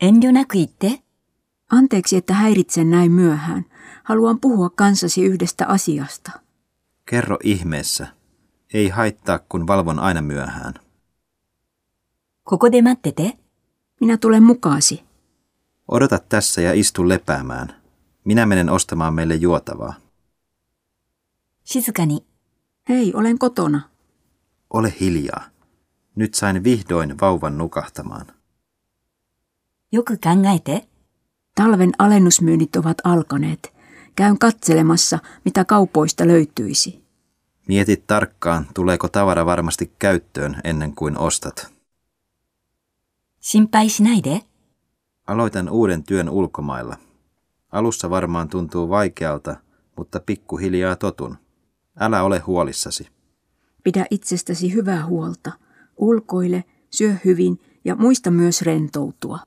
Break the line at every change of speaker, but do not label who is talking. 遠慮なく言って。
Anteeksi, että häiritsen näin myöhään. Haluan puhua kanssasi yhdestä asiasta.
Kerro ihmeessä. Ei haittaa, kun valvon aina myöhään.
ここで待ってて。
Minä tulen mukaasi.
Odota tässä ja istu lepäämään. Minä menen ostamaan meille juotavaa.
静かに。
Hei, olen kotona.
Ole hiljaa. Nyt sain vihdoin vauvan nukahtamaan.
よく考えて。
Talven alennusmyynnit ovat alkaneet. Käyn katselemassa, mitä kaupoista löytyisi.
Mieti tarkkaan, tuleeko tavara varmasti käyttöön ennen kuin ostat.
心配しないで。
Aloitan uuden työn ulkomailla. Alussa varmaan tuntuu vaikealta, mutta pikkuhiljaa totun. Älä ole huolissasi.
Pidä itsestäsi hyvää huolta. Ulkoile, syö hyvin ja muista myös rentoutua.